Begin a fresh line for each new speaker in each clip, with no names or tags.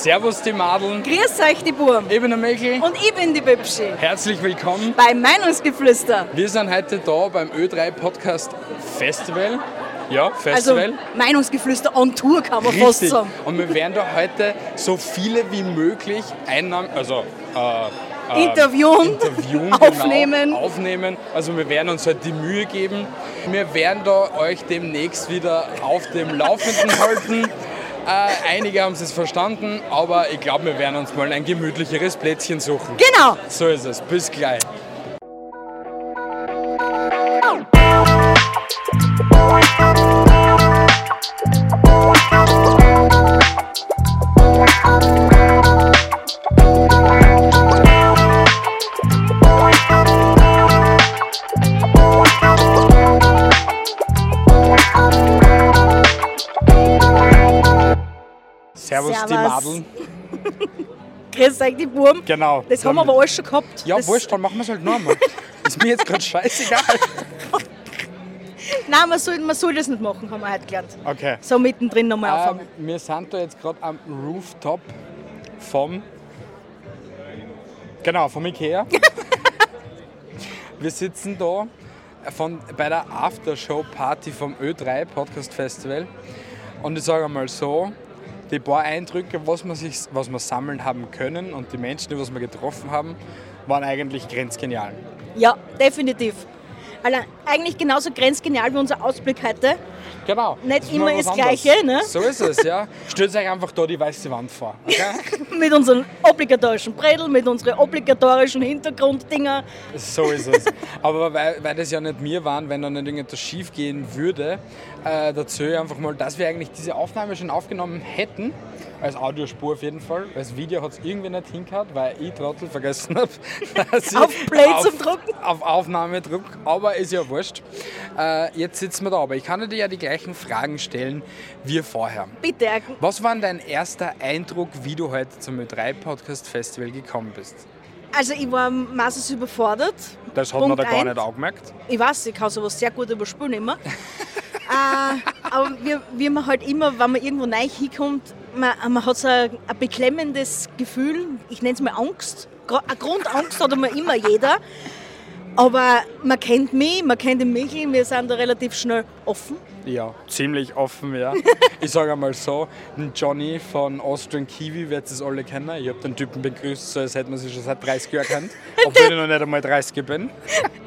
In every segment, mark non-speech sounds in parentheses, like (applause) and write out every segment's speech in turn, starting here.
Servus die Madeln,
Grüß euch, die Burm.
ich bin der Michel.
Und ich bin die Bübschi.
Herzlich willkommen.
Bei Meinungsgeflüster.
Wir sind heute da beim Ö3 Podcast Festival. Ja,
Also
Festival.
Meinungsgeflüster on Tour kann man Also, fast
Richtig.
sagen.
Und wir werden da heute so viele wie möglich Einnahmen, also äh, äh,
Interviewen,
interviewen
aufnehmen.
Genau, aufnehmen. Also wir werden uns halt die Mühe geben. Wir werden da euch demnächst wieder auf dem Laufenden (laughs) halten. Äh, einige haben es verstanden, aber ich glaube, wir werden uns mal ein gemütlicheres Plätzchen suchen.
Genau.
So ist es. Bis gleich. Servus, die
Servus.
Madeln.
Grüß euch, die Burm.
Genau.
Das haben wir aber alles schon gehabt.
Ja,
das,
wurscht, dann machen wir es halt nochmal. (laughs) Ist mir jetzt gerade scheißegal.
Nein, man soll, man soll das nicht machen, haben wir heute gelernt.
Okay.
So mittendrin nochmal
Ähm,
anfangen.
wir sind da jetzt gerade am Rooftop vom. Genau, vom Ikea. (laughs) wir sitzen da von, bei der Aftershow-Party vom Ö3 Podcast Festival. Und ich sage einmal so: die paar Eindrücke, was wir, sich, was wir sammeln haben können und die Menschen, die was wir getroffen haben, waren eigentlich grenzgenial.
Ja, definitiv. Allein, eigentlich genauso grenzgenial wie unser Ausblick heute. (laughs)
Genau.
Nicht
Das
immer
mal was
das
anderes.
Gleiche, ne?
So ist es, ja. Stellt euch einfach da die weiße Wand vor. Okay?
(laughs) Mit unseren obligatorischen Bredel, mit unseren obligatorischen Hintergrunddinger.
So ist es. Aber weil, weil das ja nicht mir waren, wenn dann nicht irgendetwas schief gehen würde, äh, dazu einfach mal, dass wir eigentlich diese Aufnahme schon aufgenommen hätten. Als Audiospur auf jeden Fall. Als Video hat es irgendwie nicht hingehört, weil ich Trottel vergessen (laughs) habe.
Auf Play zum Drucken.
Auf Aufnahme druck. Aber ist ja wurscht. Äh, jetzt sitzen wir da. Aber ich kann dir ja die gleichen Fragen stellen wie vorher.
Bitte, Erken.
Was war denn dein erster Eindruck, wie du heute zum Ö3 Podcast Festival gekommen bist?
Also ich war meistens überfordert.
Das hat man
Punkt
da gar
eins.
nicht angemerkt.
Ich weiß, ich kann sowas sehr gut überspülen immer. (laughs) äh, aber wir, wir man halt immer, wenn man irgendwo neu hinkommt, man, man hat so ein, ein beklemmendes Gefühl, ich nenne es mal Angst. Gr- Eine Grundangst hat immer, immer jeder. Aber man kennt mich, man kennt den Michel, wir sind da relativ schnell offen.
Ja, ziemlich offen, (laughs) ja. ich sage einmal so, den Johnny von Austrian Kiwi wird es alle kennen. Ich habe den Typen begrüßt, so als hätte man sich schon seit 30 Jahren kennt, obwohl ich noch nicht einmal 30 bin.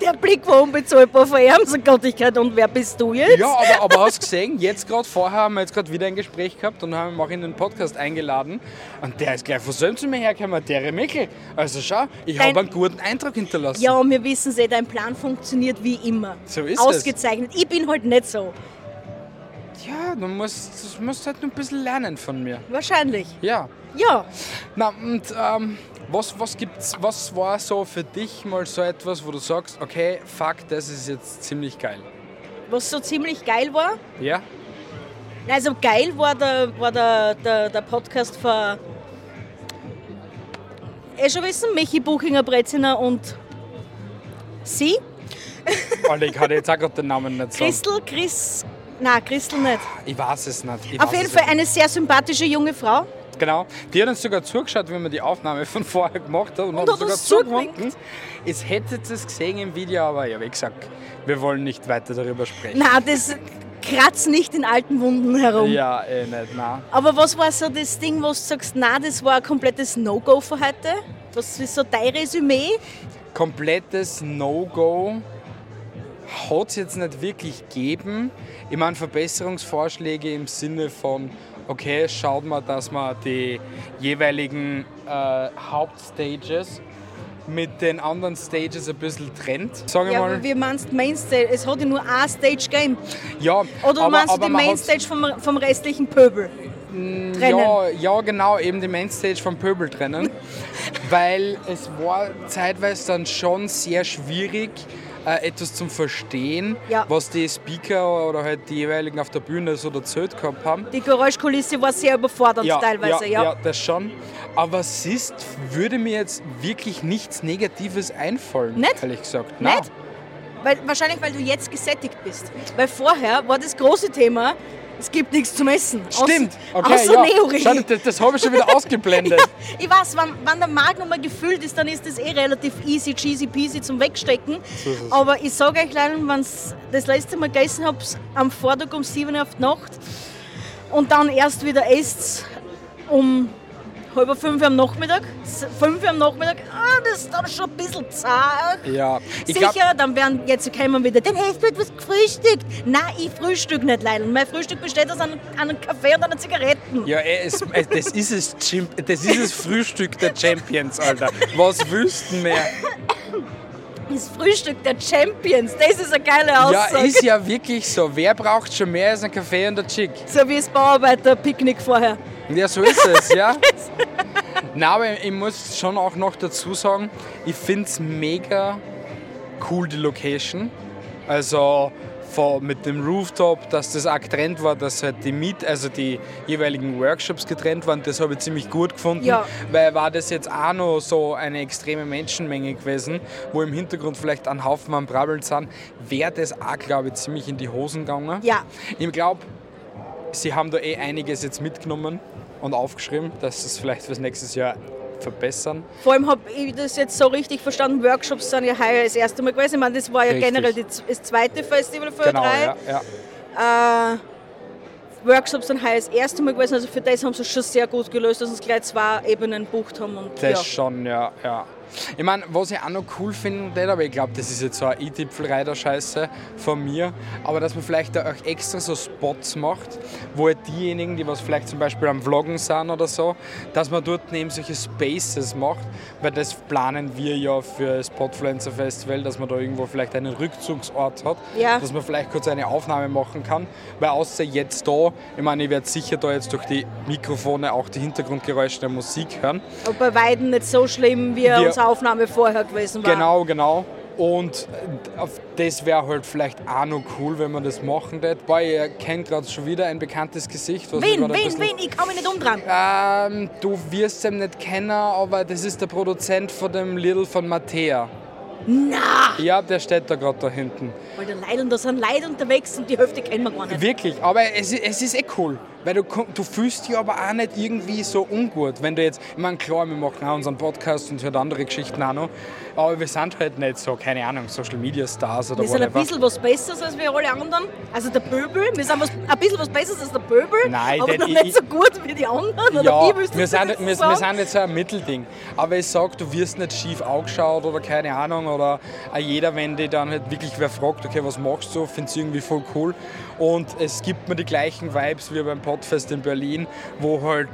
Der Blick war unbezahlbar von Ehrensgottigkeit und wer bist du jetzt?
(laughs) Ja, aber, aber hast gesehen, jetzt gerade vorher haben wir jetzt gerade wieder ein Gespräch gehabt und haben ihn auch in den Podcast eingeladen. Und der ist gleich von selbst zu mir hergekommen, der Mikkel. Also schau, ich
Dein-
habe einen guten Eindruck hinterlassen.
Ja, und wir wissen eh, dein Plan funktioniert wie immer.
So ist es.
Ausgezeichnet. Ich bin halt nicht so.
Ja, du musst, du musst halt nur ein bisschen lernen von mir.
Wahrscheinlich.
Ja.
Ja.
Na, und ähm, was, was gibt's, was war so für dich mal so etwas, wo du sagst, okay, fuck, das ist jetzt ziemlich geil.
Was so ziemlich geil war,
Ja? (laughs)
also geil war der, war der, der, der Podcast von, eh schon wissen, Michi Buchinger, Breziner und sie,
Alter, ich kann dir jetzt auch gerade den Namen nicht sagen.
Christel, Chris, nein, Christel nicht.
Ich weiß es nicht. Ich
Auf
weiß
jeden
es
Fall
nicht.
eine sehr sympathische junge Frau.
Genau. Die hat uns sogar zugeschaut, wenn wir die Aufnahme (laughs) von vorher gemacht haben. Und,
hat uns
sogar zugewunken.
zugewinkt.
Es hättet es gesehen im Video, aber ja, wie gesagt, wir wollen nicht weiter darüber sprechen.
Nein, das kratzt nicht in alten Wunden herum.
Ja, eh nicht, nein.
Aber was war so das Ding, wo du sagst, nein, das war ein komplettes No-Go für heute? Was ist so dein Resümee?
komplettes No-Go hat es jetzt nicht wirklich gegeben. Ich meine, Verbesserungsvorschläge im Sinne von, okay, schaut mal, dass man die jeweiligen äh, Hauptstages mit den anderen Stages ein bisschen trennt. Sagen wir
Ja,
mal.
aber wie meinst du Mainstage? Es hat ja nur eine Stage gegeben.
ja,
Oder
aber,
meinst
aber
du die
man hat- Mm,
Mainstage vom, vom restlichen Pöbel? Trennen.
Ja, ja, genau, eben die Mainstage vom Pöbel
(laughs)
trennen. weil es war zeitweise dann schon sehr schwierig, äh, etwas zum Verstehen,
Ja.
was die Speaker oder halt die jeweiligen auf der Bühne so erzählt gehabt haben.
Die Geräuschkulisse war sehr überfordernd teilweise, ja.
ja. das schon. Aber Sist würde mir jetzt wirklich nichts Negatives einfallen,
Nicht?
ehrlich gesagt.
Nicht? Weil, wahrscheinlich, weil du jetzt gesättigt bist. Weil vorher war das große Thema, es gibt nichts zum Essen. Außer-
Stimmt. Okay,
außer
ja.
Neori.
Schau, das, das habe ich schon
(laughs)
wieder ausgeblendet.
Ich weiß, wenn, wenn der Magen einmal gefüllt ist, dann ist das eh relativ easy, cheesy peasy zum Wegstecken.
So ist es.
Aber ich sage euch leider, wenn ich das letzte Mal gegessen habe, am Vortag um 7 Uhr auf die Nacht und dann erst wieder esst um halb fünf Uhr am Nachmittag, S- fünf Uhr am Nachmittag, ah, das ist dann schon ein bisschen zart. (laughs)
Ja. Ich
Sicher,
glaub,
dann werden jetzt kommen wieder, dann hast du etwas gefrühstückt. Nein, ich frühstück nicht, leider. Mein Frühstück besteht aus einem, einem Kaffee und einer Zigaretten.
ja, eh, es, eh, das, ist es, Chim- das ist es Frühstück der Champions, Alter. Was wüssten mehr?
Das Frühstück der Champions, das ist eine geile
Ja,
Aussage.
ist ja wirklich so. Wer braucht schon mehr als einen Kaffee und ein Chick?
so wie das Bauarbeiter-Picknick vorher.
Ja, so ist es, ja. Na, aber ich muss schon auch noch dazu sagen, ich finde es mega cool, die Location. Also vor, mit dem Rooftop, dass das auch getrennt war, dass halt die Miet, also die jeweiligen Workshops getrennt waren, das habe ich ziemlich gut gefunden,
Ja.
weil war das jetzt auch noch so eine extreme Menschenmenge gewesen, wo im Hintergrund vielleicht ein Haufen am Brabbeln sind, wäre das auch, glaube ich, ziemlich in die Hosen gegangen.
Ja,
Ich glaube, Sie haben da eh einiges jetzt mitgenommen und aufgeschrieben, dass Sie es vielleicht fürs nächstes Jahr verbessern.
vor allem habe ich das jetzt so richtig verstanden. Workshops sind ja heuer das erste Mal gewesen. Ich meine, das war ja
Richtig.
generell die, das zweite Festival für drei.
Genau, ja, ja.
äh, Workshops sind heuer das erste Mal gewesen, also für das haben sie es schon sehr gut gelöst, dass sie uns gleich zwei Ebenen bucht haben. Und,
Das
ja.
schon, ja, ja. Ich meine, was ich auch noch cool finde, aber ich glaube, das ist jetzt so eine i-Tipfelreiter-Scheiße von mir, aber dass man vielleicht da auch extra so Spots macht, wo halt diejenigen, die was vielleicht zum Beispiel am Vloggen sind oder so, dass man dort neben solche Spaces macht, weil das planen wir ja für das Podfluencer Festival, dass man da irgendwo vielleicht einen Rückzugsort hat,
Ja.
dass man vielleicht kurz eine Aufnahme machen kann, weil außer jetzt da, ich meine, ich werde sicher da jetzt durch die Mikrofone auch die Hintergrundgeräusche der Musik hören,
Aber bei Weiden nicht so schlimm, wie
Wir-
unsere Aufnahme vorher gewesen war.
Genau, genau. Und äh, auf das wäre halt vielleicht auch noch cool, wenn man das machen würde. Weil ihr kennt gerade schon wieder ein bekanntes Gesicht. Was mich
Wen,
gerade ein
wen,
bisschen-
wen, ich kann mich nicht umdrehen.
Ähm, du wirst ihn nicht kennen, aber das ist der Produzent von dem Little von Mattea.
Na!
Ja, der steht da gerade da hinten.
Weil der Leid und da sind Leute unterwegs und die Hälfte kennen wir gar nicht.
Wirklich, aber es, i- es ist eh cool. Weil du, komm- du fühlst dich aber auch nicht irgendwie so ungut. Wenn du jetzt, ich meine, klar, wir machen auch unseren Podcast und halt andere Geschichten auch noch. Aber wir sind halt nicht so, keine Ahnung, Social Media Stars oder
Wir sind ein
whatever.
bisschen was Besseres als wir alle anderen. Also der Pöbel, wir sind was, ein bisschen was Besseres als der Pöbel,
Nein,
aber
das-
noch
ich-
nicht so gut wie die anderen. Oder
Ja,
wie willst du
wir
das
sind,
jetzt
wir, wir
sagen?
sind jetzt so ein Mittelding. Aber ich sag, du wirst nicht schief angeschaut oder keine Ahnung. Oder auch jeder, wenn die dann halt wirklich wer fragt, okay, was machst du, findest du irgendwie voll cool. Und es gibt mir die gleichen Vibes wie beim Podfest in Berlin, wo halt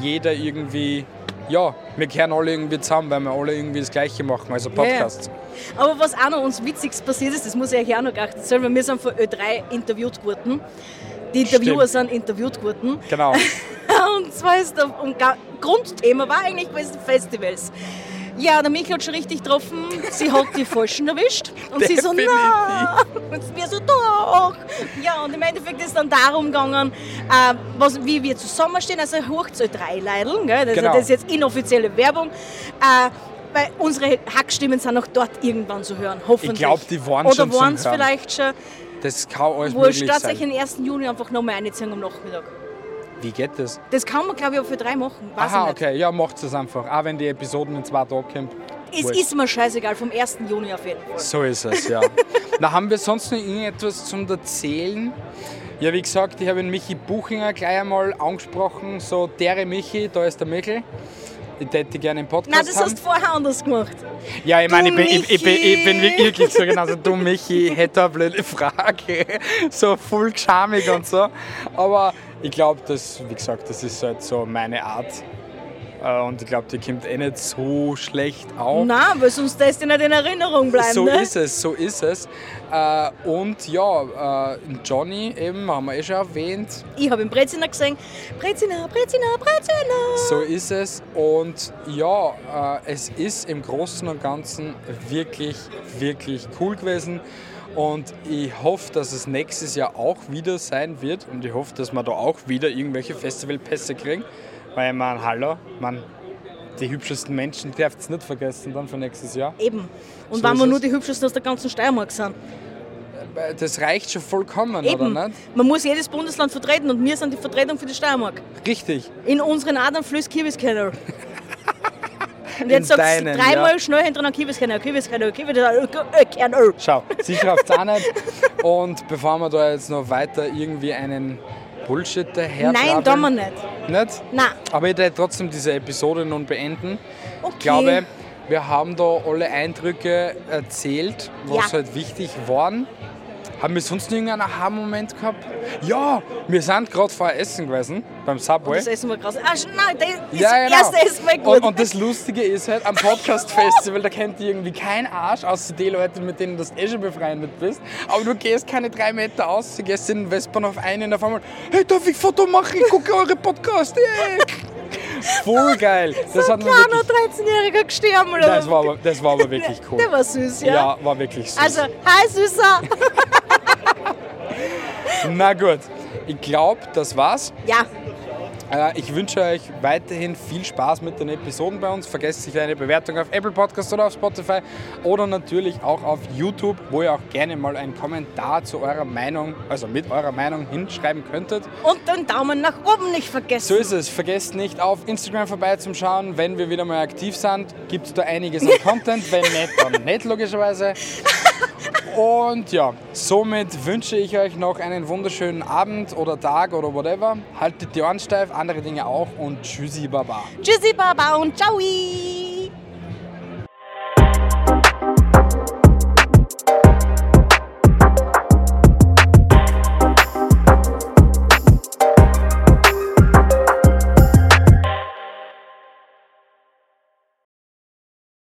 jeder irgendwie, ja, wir kehren alle irgendwie zusammen, weil wir alle irgendwie das Gleiche machen, also
Ja, ja.
Podcasts.
Aber was auch noch uns Witziges passiert ist, das muss ich euch auch noch achten sollen, weil wir sind von Ö3 interviewt geworden. Die Interviewer sind interviewt geworden.
Genau.
(laughs) Und zwar ist der und Ga- Grundthema war eigentlich gewesen Festivals. Ja, der Michael hat schon richtig getroffen. Sie hat die Falschen (laughs) erwischt. Und sie so,
Definitiv.
na, und wir so, doch. Ja, und im Endeffekt ist dann darum gegangen, äh, was, wie wir zusammenstehen. Also hocht so drei Leidl, gell? Also
Genau.
das ist jetzt inoffizielle Werbung. Äh, weil unsere Hackstimmen sind auch dort irgendwann zu hören, hoffentlich.
glaub, die waren
Oder
schon zum
waren's
Hören.
vielleicht schon.
Das kann alles
Wurscht,
möglich
lasst euch
sein.
den 1. Juni einfach nochmal einziehen am Nachmittag.
Wie geht das?
Das kann man, glaube ich, auch für drei machen. Weiß ich
Aha,
nicht.
okay. Ja, macht es einfach. Auch wenn die Episoden in zwei Tagen kommen.
Es
Wurscht.
ist mir scheißegal, vom 1. Juni auf jeden Fall.
So ist es, ja. Na, haben wir sonst noch irgendetwas zum Erzählen? Ja, wie gesagt, ich habe den Michi Buchinger gleich einmal angesprochen, so, der Michi, da ist der Michel. Ich hätte gerne einen Podcast
Nein, das
haben.
hast du vorher anders gemacht.
ja, ich meine, ich
Du
bin, ich, ich, bin, ich bin
Michi.
wirklich so genau so, du Michi, ich hätte eine blöde Frage. (laughs) So voll geschamig und so. Aber ich glaube, das, wie gesagt, das ist halt so meine Art. Äh, Und ich glaube, die kommt eh nicht so schlecht auf.
Nein, weil sonst das dir nicht in Erinnerung bleiben.
So
ne?
ist es, so ist es. Äh, und ja, äh, Johnny eben, haben wir eh schon erwähnt.
Ich habe ihn Brezina gesehen. Brezina, Brezina, Brezina.
So ist es. Und ja, äh, es ist im Großen und Ganzen wirklich, wirklich cool gewesen. Und ich hoffe, dass es nächstes Jahr auch wieder sein wird. Und ich hoffe, dass wir da auch wieder irgendwelche Festivalpässe kriegen. Weil man, hallo, man, die hübschesten Menschen darf es nicht vergessen dann für nächstes Jahr.
Eben. Und
So
wenn
ist
wir
es.
nur die hübschesten aus der ganzen Steiermark sind.
Äh, das reicht schon vollkommen,
Eben.
oder nicht?
Man muss jedes Bundesland vertreten und wir sind die Vertretung für die Steiermark.
Richtig.
In unseren Adern fließt
(laughs)
Kiebiskeller. Und jetzt
In
sagt sie
deinen,
dreimal
ja.
schnell hintereinander Kiebiskeller, Kiebiskeller, Kiebiskeller.
Schau, sicher auf auch nicht. Und bevor wir da jetzt noch weiter irgendwie einen Bullshit daher
Nein, da man nicht.
nicht.
Nein.
Aber ich werde trotzdem diese Episode nun beenden.
Okay.
Ich glaube, wir haben da alle Eindrücke erzählt, was
Ja.
halt wichtig waren. Haben wir sonst noch irgendeinen Aha-Moment gehabt? Ja, wir sind gerade vorher essen gewesen, beim Subway.
Das Essen war krass. Ah, sch- nein, das, das
Ja, genau.
erste Essen war gut.
Und, und das Lustige ist halt, am Podcast-Festival, da kennt ihr irgendwie kein Arsch, außer die Leute, mit denen du das eh schon befreundet bist. Aber du gehst keine drei Meter aus, du gehst in den Westbahnhof ein und auf einmal, hey, darf ich Foto machen? Ich gucke eure Podcast. Yay. Voll geil. Das hat mir
Klar, noch
wirklich,
13-Jähriger gestorben. Oder?
das, war aber, das war aber wirklich cool.
Der war süß, ja.
Ja, war wirklich süß.
Also, hi Süßer.
Na gut, ich glaube, das war's.
ja,
Äh, Ich wünsche euch weiterhin viel Spaß mit den Episoden bei uns. Vergesst nicht eine Bewertung auf Apple Podcast oder auf Spotify oder natürlich auch auf YouTube, wo ihr auch gerne mal einen Kommentar zu eurer Meinung, also mit eurer Meinung hinschreiben könntet.
und den Daumen nach oben nicht
So
vergessen.
ist es. Vergesst nicht auf Instagram vorbeizuschauen, wenn wir wieder mal aktiv sind. Gibt es da einiges an Content, wenn nicht, dann nicht logischerweise. Und ja, somit wünsche ich euch noch einen wunderschönen Abend oder Tag oder whatever. Haltet die Ohren steif, andere Dinge auch und tschüssi, baba.
Tschüssi, Baba und ciao.